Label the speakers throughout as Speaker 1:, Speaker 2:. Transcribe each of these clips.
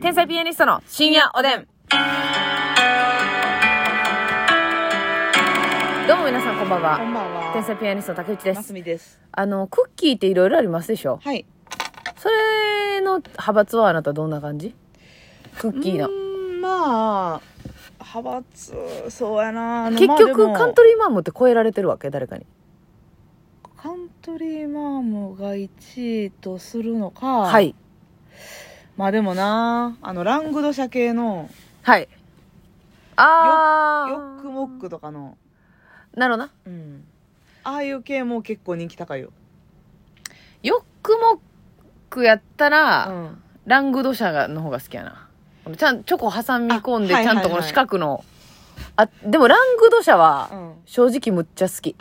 Speaker 1: 天才ピアニストの深夜おでん。どうも皆さんこんばん
Speaker 2: こ
Speaker 1: は。
Speaker 2: んばんは。
Speaker 1: 天才ピアニストの竹内で
Speaker 2: ます
Speaker 1: す。
Speaker 2: みです。
Speaker 1: あの、クッキーっていろいろありますでしょ
Speaker 2: はい。
Speaker 1: それの派閥はあなたどんな感じクッキーの
Speaker 2: う。んまあ、派閥、そうやな。あの
Speaker 1: 結局、カント
Speaker 2: リ
Speaker 1: リーマームって超えられてるわけ誰かに。
Speaker 2: ー。カントリーマームが1位とするのか。
Speaker 1: は。い。
Speaker 2: まあでもな、あの、ラングド社系の、
Speaker 1: はい。
Speaker 2: ヨ
Speaker 1: あー。
Speaker 2: ックモックとかの、
Speaker 1: なるほどな。
Speaker 2: うん。ああいう系も結構人気高いよ。
Speaker 1: ヨックモックやったら、
Speaker 2: ん。
Speaker 1: ラングドシャの方が好きやな。このちゃん、チョコ挟み込んで、
Speaker 2: あは
Speaker 1: ち
Speaker 2: いは
Speaker 1: ゃ
Speaker 2: い
Speaker 1: ん
Speaker 2: はい
Speaker 1: とこの四角の。あ、でもラングドシャ
Speaker 2: う
Speaker 1: は、
Speaker 2: ん。
Speaker 1: 正直むっちゃ好き。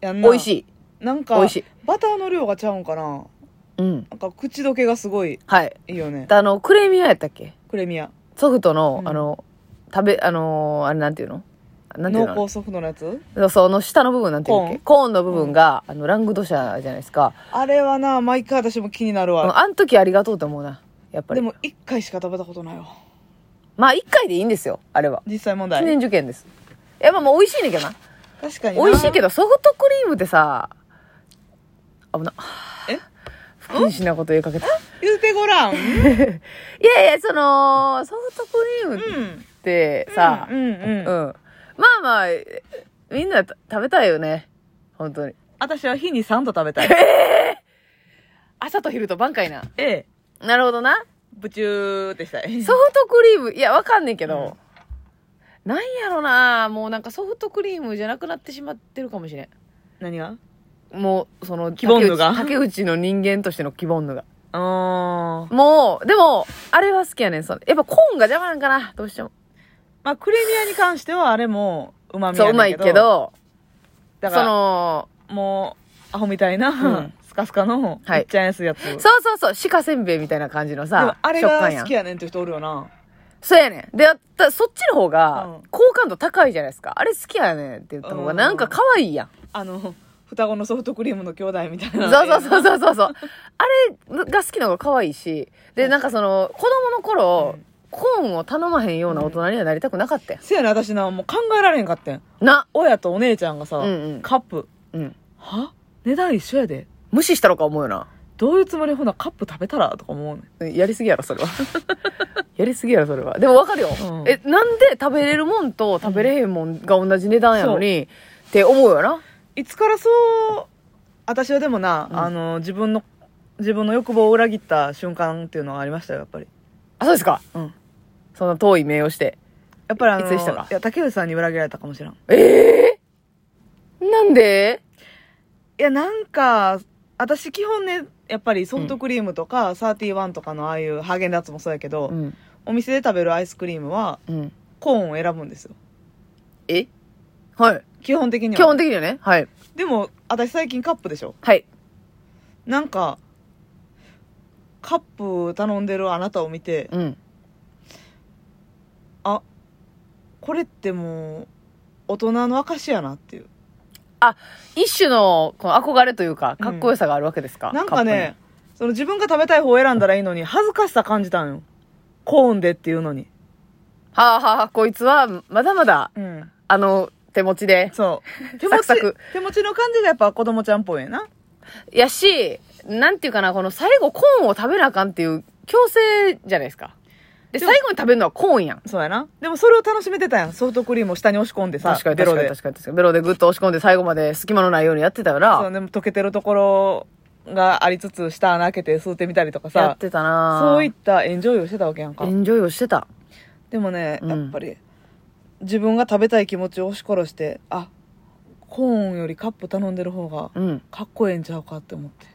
Speaker 2: やんな。
Speaker 1: 美味し
Speaker 2: い。
Speaker 1: い。
Speaker 2: なんか、
Speaker 1: 美味しい。
Speaker 2: バターの量がちゃうんかな。
Speaker 1: うん。
Speaker 2: なんか、口どけがすごい
Speaker 1: はい。
Speaker 2: いいよね。
Speaker 1: あの、クレミアやったっけ
Speaker 2: クレミア。
Speaker 1: ソフトの、
Speaker 2: うん
Speaker 1: あの、食べ、あのーあれなんていうのなんていう
Speaker 2: 濃
Speaker 1: の
Speaker 2: 厚ソフトのやつ
Speaker 1: その下の部分なんていうっけコーンの部分が、あの、ラングドシャじゃないですか。
Speaker 2: あれはな、毎回私も気になるわ。
Speaker 1: うんあん時ありがとうと思うな。やっぱり。
Speaker 2: でも1回しか食べたことないわ
Speaker 1: まあ、一回でいいんですよ、あれは。
Speaker 2: 実際問
Speaker 1: 記
Speaker 2: 題
Speaker 1: 念受験です。いや、まあ、もう美味しいねんけどな。
Speaker 2: 確かにな
Speaker 1: 美味しいけどソフトクリームってさ危な
Speaker 2: え
Speaker 1: 不謹慎なこと言いかけたい
Speaker 2: 言うてごらんうん
Speaker 1: やいやそのソフトクリームってさ
Speaker 2: う、んうん、
Speaker 1: うんまあまあみんなた食べたいよね本当に
Speaker 2: 私は日に3度食べたい
Speaker 1: 朝と昼と晩かいな
Speaker 2: ええ
Speaker 1: なるほどな
Speaker 2: ブチューってしたい
Speaker 1: ソフトクリームいやわかんねんけど、なんやろなもうなんかソフトクリームじゃなくなってしまってるかもしれん
Speaker 2: 何が
Speaker 1: もうその
Speaker 2: キボンヌが
Speaker 1: 竹内竹内の人間としてのキボンヌが
Speaker 2: あー
Speaker 1: もう、でも、あれは好きやねん。そのやっぱコーンが邪魔なんかな、どうしても。
Speaker 2: まあクレミアに関してはあれもうまみや
Speaker 1: そう、
Speaker 2: ね
Speaker 1: うんまいけど、
Speaker 2: だか
Speaker 1: そ
Speaker 2: ら
Speaker 1: の、
Speaker 2: もうアホみたいな、
Speaker 1: うん
Speaker 2: スカスカの
Speaker 1: はい
Speaker 2: いっちゃん安いやつ、
Speaker 1: そうそうそう、鹿せんべいみたいな感じの
Speaker 2: でも
Speaker 1: さ、
Speaker 2: あれ
Speaker 1: 食
Speaker 2: が
Speaker 1: 感や
Speaker 2: 好
Speaker 1: ん
Speaker 2: き。やねんって人おるよな
Speaker 1: そうやねん。で、やったそっちの方
Speaker 2: う
Speaker 1: が
Speaker 2: ん、
Speaker 1: 好感度高いじゃないですか。あれ好きやねんって言った方が、
Speaker 2: うん
Speaker 1: なんか可愛いやん。
Speaker 2: あの双子のソフトクリームの兄弟みたい
Speaker 1: そ
Speaker 2: な
Speaker 1: うそうそうそうそうそう。あれが好きな方が可愛いし、で、なんかその、子供の頃、
Speaker 2: うん
Speaker 1: コーンを頼まへんような大人にはなりたくなかったや
Speaker 2: せやな私なもう考えられへんかってん
Speaker 1: ん。な。
Speaker 2: 親とお姉ちゃんがさ、
Speaker 1: うんうん
Speaker 2: カップ
Speaker 1: うん。
Speaker 2: は値段一緒やで
Speaker 1: 無視したのか思うよな。
Speaker 2: どういうつもりほなカップ食べたらとか思うねん
Speaker 1: やりすぎやろ、それは。 やりすぎやろ、それは。でもわかるよ、
Speaker 2: うん
Speaker 1: え、なんで食べれるもんと食べれへんもんが同じ値段やのに、って思うよな。
Speaker 2: いつからそう私はでもな、
Speaker 1: うん
Speaker 2: あの自分の自分の欲望を裏切った瞬間っていうのはありましたよやっぱり
Speaker 1: あ、そうですか。
Speaker 2: うん
Speaker 1: そんな遠い名をして。
Speaker 2: やっぱりあの
Speaker 1: いつでしたか
Speaker 2: いや竹内さんに裏切られたかもしれんい
Speaker 1: ええなんで
Speaker 2: やなんか私基本ねやっぱりソフトクリームとか、サーティワンとかのああいうハーゲンダッツもそうやけど、
Speaker 1: ん。
Speaker 2: お店で食べるアイスクリームは
Speaker 1: うん。
Speaker 2: コーンを選ぶんですよ
Speaker 1: えはい。
Speaker 2: 基本的には
Speaker 1: 基本的にはね。はい。
Speaker 2: でも私最近カップでしょ
Speaker 1: はい。
Speaker 2: なんかカップ頼んでるあなたを見て、
Speaker 1: うん。
Speaker 2: あこれってもう大人の証やなっていう
Speaker 1: 一種のこの憧れというか、かっこよさがあるわけですか、
Speaker 2: なんかねその自分が食べたい方を選んだらいいのに恥ずかしさ感じたんよコーンでっていうのに
Speaker 1: カップに。はあはあはあ、こいつはまだまだ、
Speaker 2: うん
Speaker 1: あの、手持ちで。
Speaker 2: そ う手持ち
Speaker 1: サクサク
Speaker 2: 手持ちの感じがやっぱ子供ちゃんっぽいな
Speaker 1: やし、なんていうかな、この最後コーンを食べなあかんっていう強制じゃないですか。で、
Speaker 2: で
Speaker 1: 最後に食べるのはコーンやん。
Speaker 2: そうやなでもそれを楽しめてたやんソフトクリームを下に押し込んでさ
Speaker 1: 確かに
Speaker 2: ベ
Speaker 1: 確
Speaker 2: ロ
Speaker 1: かに
Speaker 2: で
Speaker 1: 確かに確かに。ベロでグッと押し込んで最後まで隙間のないようにやってたか
Speaker 2: そう
Speaker 1: ら、
Speaker 2: でも溶けてるところがありつつ下穴開けて吸ってみたりとか
Speaker 1: やっ
Speaker 2: さ
Speaker 1: てたなぁ
Speaker 2: そういったエンジョイをしてたわけやんか
Speaker 1: エンジョイをしてた。
Speaker 2: でもね、
Speaker 1: うん
Speaker 2: やっぱり自分が食べたい気持ちを押し殺してあコーンよりカップ頼んでる方が
Speaker 1: うん。
Speaker 2: かっこええんちゃうかって思って、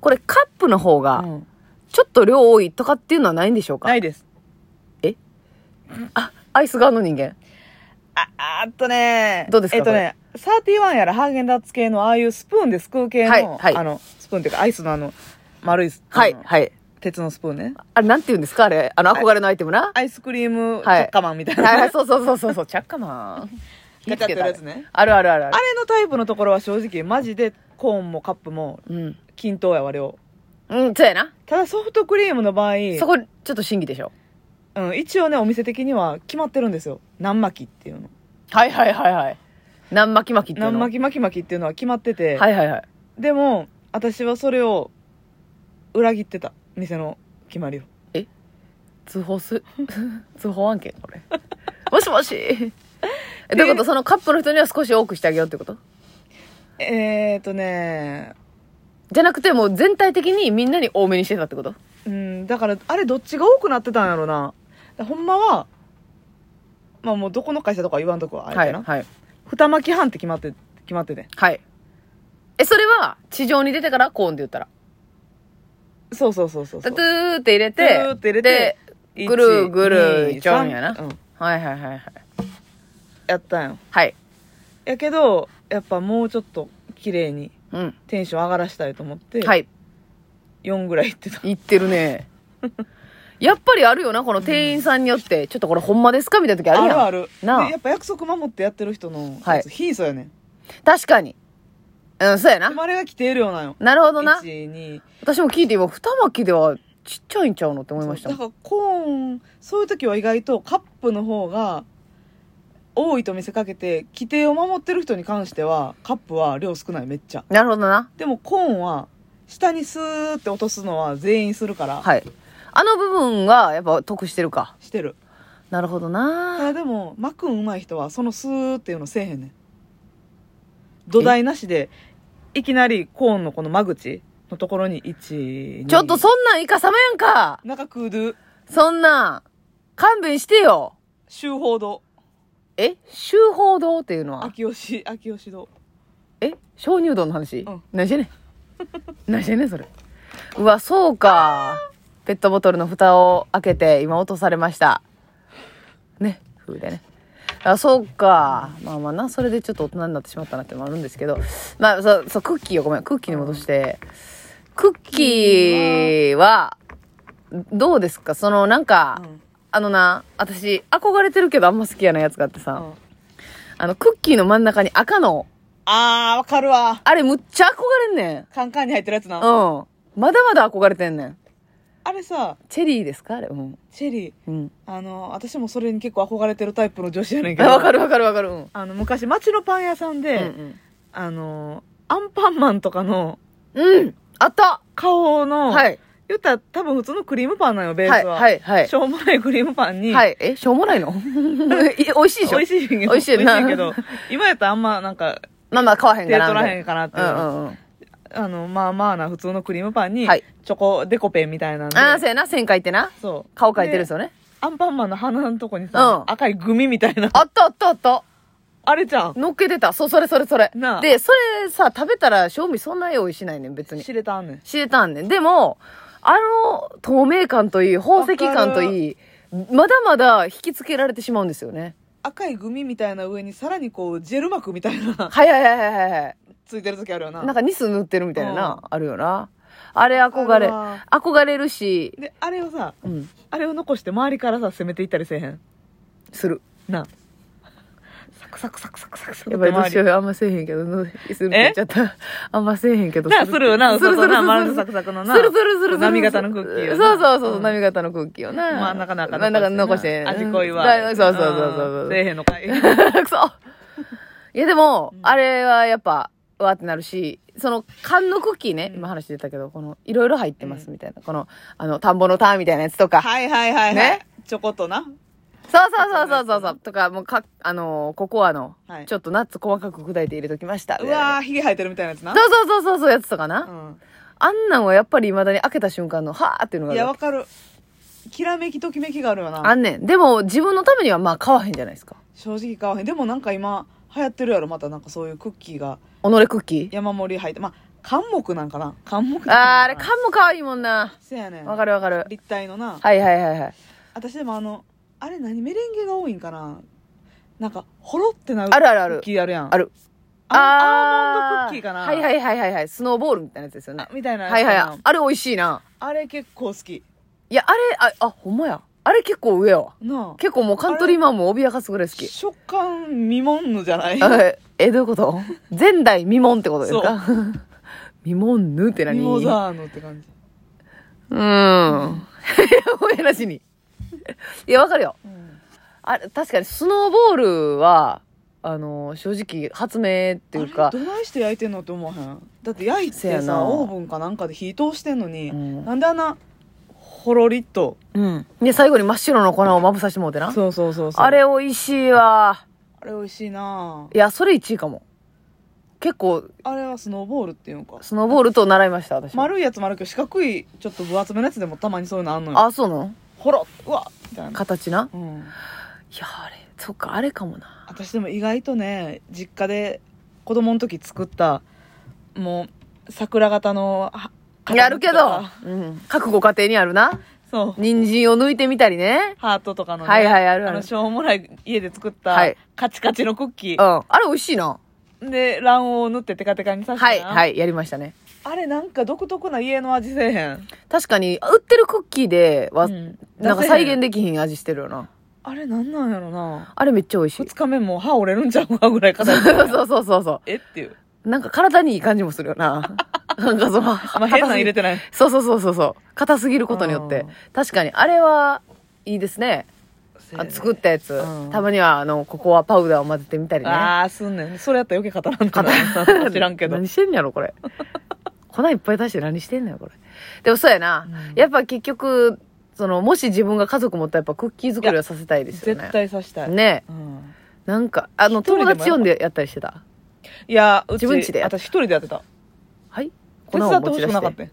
Speaker 1: これカップの方
Speaker 2: う
Speaker 1: が、
Speaker 2: ん
Speaker 1: ちょっと量多いとかっていうのはないんでしょうか、
Speaker 2: ないです
Speaker 1: アイス側の人間。
Speaker 2: ああーっとね
Speaker 1: どうですか
Speaker 2: えっとねサーティワンやらハーゲンダッツ系のああいうスプーンですくう系の、
Speaker 1: はいはい
Speaker 2: あのスプーンっていうかアイスのあの丸いス
Speaker 1: はい
Speaker 2: あ、の
Speaker 1: はい。
Speaker 2: 鉄のスプーンね
Speaker 1: あれ、なんて言うんですかあれ、あの、憧れのアイテムな。
Speaker 2: アイスクリームチ
Speaker 1: はい
Speaker 2: ャッカマンみたいな、
Speaker 1: はい、そうそうそうそうそう、チャッカ マン。
Speaker 2: ガチャってやるやつね
Speaker 1: あるあるあるあ
Speaker 2: あ
Speaker 1: る。
Speaker 2: れのタイプのところは正直マジでコーンもカップも
Speaker 1: うん。
Speaker 2: 均等やわ量
Speaker 1: うん、そうやな。
Speaker 2: ただソフトクリームの場合、
Speaker 1: そこ、ちょっと審議でしょ。
Speaker 2: うん、一応ね、お店的には決まってるんですよ。何巻きっていうの。
Speaker 1: はいはいはいはい。何巻き巻きっていう
Speaker 2: 何
Speaker 1: の
Speaker 2: 巻き巻き巻きっていうのは決まってて、
Speaker 1: はいはいはい。
Speaker 2: でも、私はそれを裏切ってた。店の決まりを。
Speaker 1: 通報す、 通報案件これ。もしもし。え、どういうことそのカップの人には少し多くしてあげようってこと
Speaker 2: えーとね、
Speaker 1: じゃなくてもう全体的にみんなに多めにしてたってこと
Speaker 2: うん、だから、あれどっちが多くなってたんやろな。だほんまは、まあもうどこの会社とかは言わんとこはあれ
Speaker 1: は
Speaker 2: か
Speaker 1: い
Speaker 2: な。
Speaker 1: はい。
Speaker 2: 二巻き半って決まって、決まってて。
Speaker 1: はい。え、それは地上に出てからコーンって言ったら。
Speaker 2: そうそうそうそうそ
Speaker 1: タ
Speaker 2: う。
Speaker 1: トゥーって入れて、
Speaker 2: トゥーって入れて
Speaker 1: でぐるぐる
Speaker 2: 一
Speaker 1: ちょんやな
Speaker 2: 二三うん。
Speaker 1: はいはいはいはい。
Speaker 2: やったんよ。
Speaker 1: はい。
Speaker 2: やけど、やっぱもうちょっと綺麗に
Speaker 1: うん。
Speaker 2: テンション上がらしたいと思って、
Speaker 1: はい。
Speaker 2: 4ぐらい行ってた。
Speaker 1: 言ってる ね。やっぱりあるよな、この店員さんによって。ちょっとこれほんまですかみたいな時ある
Speaker 2: あ
Speaker 1: やん。
Speaker 2: るある。
Speaker 1: なあ
Speaker 2: でやっぱ約束守ってやってる人の
Speaker 1: はい
Speaker 2: やつ、ヒーソーやねん。
Speaker 1: 確かに。うん、そうやな
Speaker 2: 生。まれが来ているようなんよ。
Speaker 1: なるほどな。
Speaker 2: 1、2。
Speaker 1: 私も聞いて今、二巻きではちっちゃいんちゃうのって思いました
Speaker 2: だ。からコーン、そういう時は意外とカップの方が、多いと見せかけて、規定を守ってる人に関しては、カップは量少ない、めっちゃ。
Speaker 1: なるほどな。
Speaker 2: でもコーンは、下にスーって落とすのは全員するから、
Speaker 1: はい。あの部分がやっぱ得してるか。
Speaker 2: してる。
Speaker 1: なるほど
Speaker 2: た
Speaker 1: な。
Speaker 2: だでも、マクン上手い人は、そのスーっていうのせえへんねん。土台なしで、いきなりコーンのこの間口のところに1、2
Speaker 1: ちょっとそんなんイカサマやんか。
Speaker 2: 中空洞、
Speaker 1: そんなん。勘弁してよ。
Speaker 2: 修法堂、
Speaker 1: え修法堂っていうのは
Speaker 2: 秋吉、秋吉堂。
Speaker 1: え鍾乳洞の話、
Speaker 2: うん
Speaker 1: 何してんねん何してんねんそれうわそうかペットボトルの蓋を開けて今落とされましたね風でねあそうかまあまあなそれでちょっと大人になってしまったなってのもあるんですけどまあそうそうクッキーをごめんクッキーに戻してクッキーはどうですかそのなんか、
Speaker 2: うん
Speaker 1: あのな私憧れてるけどあんま好きやないやつがあってさ、
Speaker 2: うん
Speaker 1: あのクッキーの真ん中に赤の
Speaker 2: あー、わかるわ。
Speaker 1: あれむっちゃ憧れんねん。
Speaker 2: カンカンに入ってるやつな。
Speaker 1: うん。まだまだ憧れてんねん。
Speaker 2: あれさ、
Speaker 1: チェリーですかあれ。うん。
Speaker 2: チェリー、
Speaker 1: うん。
Speaker 2: あの、私もそれに結構憧れてるタイプの女子やねんけ
Speaker 1: あ
Speaker 2: ど。
Speaker 1: わかるわかるわかる。うん。
Speaker 2: あの、昔、町のパン屋さん
Speaker 1: う
Speaker 2: で、
Speaker 1: ん。
Speaker 2: あの、アンパンマンとかの
Speaker 1: うん。あった
Speaker 2: 顔の、
Speaker 1: はい。
Speaker 2: 言ったら多分普通のクリームパンなんよ、ベー
Speaker 1: は
Speaker 2: ス
Speaker 1: い。
Speaker 2: は。
Speaker 1: はい。はい
Speaker 2: し。ょうもないクリームパンに、
Speaker 1: はい。え、しょうも ないのい美味しいでし
Speaker 2: 美
Speaker 1: ょ
Speaker 2: 味しいけど、
Speaker 1: 美味しいな
Speaker 2: けど、今やったらあんまなんか、
Speaker 1: まあまあ買わへん
Speaker 2: 手取
Speaker 1: かな。
Speaker 2: らへ
Speaker 1: み
Speaker 2: んかなって
Speaker 1: た
Speaker 2: い、
Speaker 1: いうな。うんうんうん。
Speaker 2: あの、まあまあな普通のクリームパンに、
Speaker 1: はい
Speaker 2: チョコデコペンみたいなんで、
Speaker 1: ああ、そうやな。線描いてな。
Speaker 2: そう。
Speaker 1: 顔描いてるんです
Speaker 2: よ。
Speaker 1: よね。
Speaker 2: アンパンマンの鼻のとこにさ、
Speaker 1: うん
Speaker 2: 赤いグミみたいな、
Speaker 1: あったあったあった。
Speaker 2: あれじゃん。
Speaker 1: のっけてた。そう、それそれそれ。
Speaker 2: なあ
Speaker 1: で、それさ、食べたら賞味そんな用意しないねん、別に。
Speaker 2: 知れたんねん。
Speaker 1: 知れたんねん。でも、あの透明感といい、宝石感といい、まだまだ引きつけられてしまうんですよね。
Speaker 2: 赤いグミみたいな上にさらにこう、ジェル膜みたいな、
Speaker 1: はいはいはいはいはい。
Speaker 2: ついてる時あるよな。
Speaker 1: なんかニス塗ってるみたいなな、あるよな。あれ憧れ
Speaker 2: あるわ、
Speaker 1: 憧れるし、
Speaker 2: で、あれをさ、
Speaker 1: うん、
Speaker 2: あれを残して周りからさ、攻めていったりせえへん。
Speaker 1: する。
Speaker 2: なあ。サクサクサクサクサクサク
Speaker 1: やっぱりどうしよ
Speaker 2: う。
Speaker 1: うよあんませえへんけど、するって言っちゃった。 あんませえへんけど。
Speaker 2: なあ、するよな、
Speaker 1: するす
Speaker 2: そうそう
Speaker 1: る
Speaker 2: な、
Speaker 1: す
Speaker 2: 丸
Speaker 1: る
Speaker 2: の
Speaker 1: す
Speaker 2: サ
Speaker 1: る。
Speaker 2: クサクの
Speaker 1: す
Speaker 2: な。
Speaker 1: るするする。
Speaker 2: 波形のクッキーをな
Speaker 1: そうそうそう、
Speaker 2: ん
Speaker 1: 波形のクッキーをな。
Speaker 2: 真ん中なんか
Speaker 1: 真ん中残して。
Speaker 2: 味濃いわ。
Speaker 1: うんそうそうそうそうそう。
Speaker 2: せえへんのかい。
Speaker 1: く そいやでも、あれはやっぱ、うわってなるし、その、缶のクッキーね、
Speaker 2: うん
Speaker 1: 今話出たけど、この、いろいろ入ってますみたいな、この、あの、田んぼのターンみたいなやつとか、
Speaker 2: はいはいはいはい。
Speaker 1: ね
Speaker 2: ちょこっとな。
Speaker 1: そうそうそうそうそうそう、とか、もうか、あのー、ココアの、
Speaker 2: はい
Speaker 1: ちょっとナッツ細かく砕いて入れときました。
Speaker 2: うわー、ヒゲ生えてるみたいなやつな
Speaker 1: みたいな。。そうそうそうそうそう、やつとかな。
Speaker 2: う
Speaker 1: あんなんはやっぱり未だに開けた瞬間の、はーっていうの
Speaker 2: ん。いや、
Speaker 1: があ
Speaker 2: わ
Speaker 1: る
Speaker 2: かる。きらめきときめきがあるよ
Speaker 1: あ
Speaker 2: な。
Speaker 1: んねん。でも、自分のためにはまあ買わへんじゃないですか。
Speaker 2: 正直買わへん。でもなんか今、流行ってるやろ、またなんかそういうクッキーが
Speaker 1: 己クッキー。
Speaker 2: 山盛り入って。まあ、缶目なんかな缶目なんかな
Speaker 1: あー、あれ、缶も可愛いもんな。
Speaker 2: せやねん。
Speaker 1: わかるわかる。
Speaker 2: 立体のな。
Speaker 1: はいはいはいはい。
Speaker 2: 私でもあの、あれ何メレンゲが多いんかななんか、ほろってなる。
Speaker 1: あるあるある
Speaker 2: クッキーあるやん。
Speaker 1: ある。
Speaker 2: あアーモンドクッキーかな
Speaker 1: はいはいはいはいはい。スノーボールみたいなやつですよね
Speaker 2: あ。みたいなやつ
Speaker 1: はいはいはい。あれ美味しいな。
Speaker 2: あれ結構好き。
Speaker 1: いや、あれ、あ、あ、ほんまや。あれ結構上やわ。
Speaker 2: なあ。
Speaker 1: 結構もうカントリーマンも脅かすぐらい好き。
Speaker 2: 食感未聞のじゃない
Speaker 1: え、えどういうこと 前代未聞ってことですか未聞ぬって何
Speaker 2: ミモザーノって感じ。
Speaker 1: うん。い や、ほやなしに。いや、わかるよ。あれ、確かにスノーボールは、あの、正直、発明っていうか
Speaker 2: あれ、どないして焼いてんのって思わへんだって焼い
Speaker 1: せ
Speaker 2: て
Speaker 1: や
Speaker 2: さ
Speaker 1: な
Speaker 2: オーブンかなんかで火通してんのに、
Speaker 1: うん
Speaker 2: なんであんなほろりっと
Speaker 1: うん。で、最後に真っ白の粉をまぶさしてもうてな。
Speaker 2: そうそうそうそう
Speaker 1: あれ美味しいわ。
Speaker 2: あれ美味しいない
Speaker 1: や、それ1位かも。結構、
Speaker 2: あれはスノーボールっていうのか
Speaker 1: スノーボールと習いました、私は。
Speaker 2: 丸いやつもあるけど四角いちょっと分厚めのやつでもたまにそういうのあんのよ
Speaker 1: あ、そうなの
Speaker 2: ほろうわみたいな、
Speaker 1: 形な。
Speaker 2: うん、
Speaker 1: いや、あれ、そっか、あれかもな。
Speaker 2: 私でも意外とね実家で子供の時作ったもう桜型のは
Speaker 1: やるけ
Speaker 2: 型
Speaker 1: ど
Speaker 2: とか、
Speaker 1: うん。各ご家庭にあるな。
Speaker 2: そう
Speaker 1: 人参を抜いてみたりね。
Speaker 2: ハートとかのね、
Speaker 1: はいはいあるある
Speaker 2: のしょうもない家で作った
Speaker 1: はい
Speaker 2: カチカチのクッキ
Speaker 1: う
Speaker 2: ー、
Speaker 1: ん。あれ美味しいな。
Speaker 2: で卵黄を塗ってテカテカにさして、
Speaker 1: はい、はいい、やりましたね。
Speaker 2: あれなんか独特な家の味せえへん、
Speaker 1: 確かに、売ってるクッキーでは、
Speaker 2: うん
Speaker 1: なんか
Speaker 2: 出せへん
Speaker 1: 再現できひん味してるよな。
Speaker 2: あれなんなんやろな
Speaker 1: あれめっちゃ美味しい
Speaker 2: 2。日目もう歯折れるんちゃうかぐらい硬い
Speaker 1: そうそうそうそうそ
Speaker 2: えっていう、
Speaker 1: う。なんか体にいい感じもするよ な。なんかその、
Speaker 2: まあ、変なの入れてない
Speaker 1: そうそうそうそうそう。硬すぎることによっ
Speaker 2: う
Speaker 1: て
Speaker 2: ん。
Speaker 1: 確かに、あれは、いいですね。あ作ったやつ
Speaker 2: う。ん
Speaker 1: たまには、あの、ココアパウダーを混ぜてみたりね。
Speaker 2: ああすんねんそれやったら余計硬なんかな 知らんけど
Speaker 1: 何してんねやろ、これ。 粉いっぱい出して何してんねや、これ。でもそうやな。
Speaker 2: うん
Speaker 1: やっぱ結局、その、もし自分が家族持ったらやっぱクッキー作りはさせたいですよね。
Speaker 2: 絶対さしたい、
Speaker 1: ね
Speaker 2: うん、
Speaker 1: なんか、あの、
Speaker 2: 一
Speaker 1: 友
Speaker 2: 人でもや
Speaker 1: 達呼んでやったりしてた。
Speaker 2: いやうち
Speaker 1: 自分家でやった
Speaker 2: 私一人でやってた
Speaker 1: はい
Speaker 2: 手
Speaker 1: 粉を
Speaker 2: 伝って
Speaker 1: 持
Speaker 2: ほ
Speaker 1: ち
Speaker 2: し
Speaker 1: 出
Speaker 2: くなか
Speaker 1: し
Speaker 2: った
Speaker 1: て。
Speaker 2: よ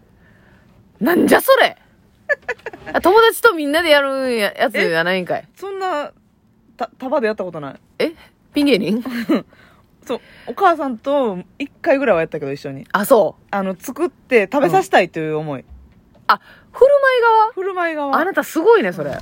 Speaker 1: なんじゃそ れあ友達とみんなでやるんややつじゃないんかい。
Speaker 2: そんなた束でやったことない
Speaker 1: えピン芸人
Speaker 2: そうお母さんと1回ぐらいはやったけど一緒に
Speaker 1: あ、そう。
Speaker 2: あの作って食べさせたいという思い、
Speaker 1: あ、振る舞い側
Speaker 2: 振る舞い側
Speaker 1: あなたすごいね、それ。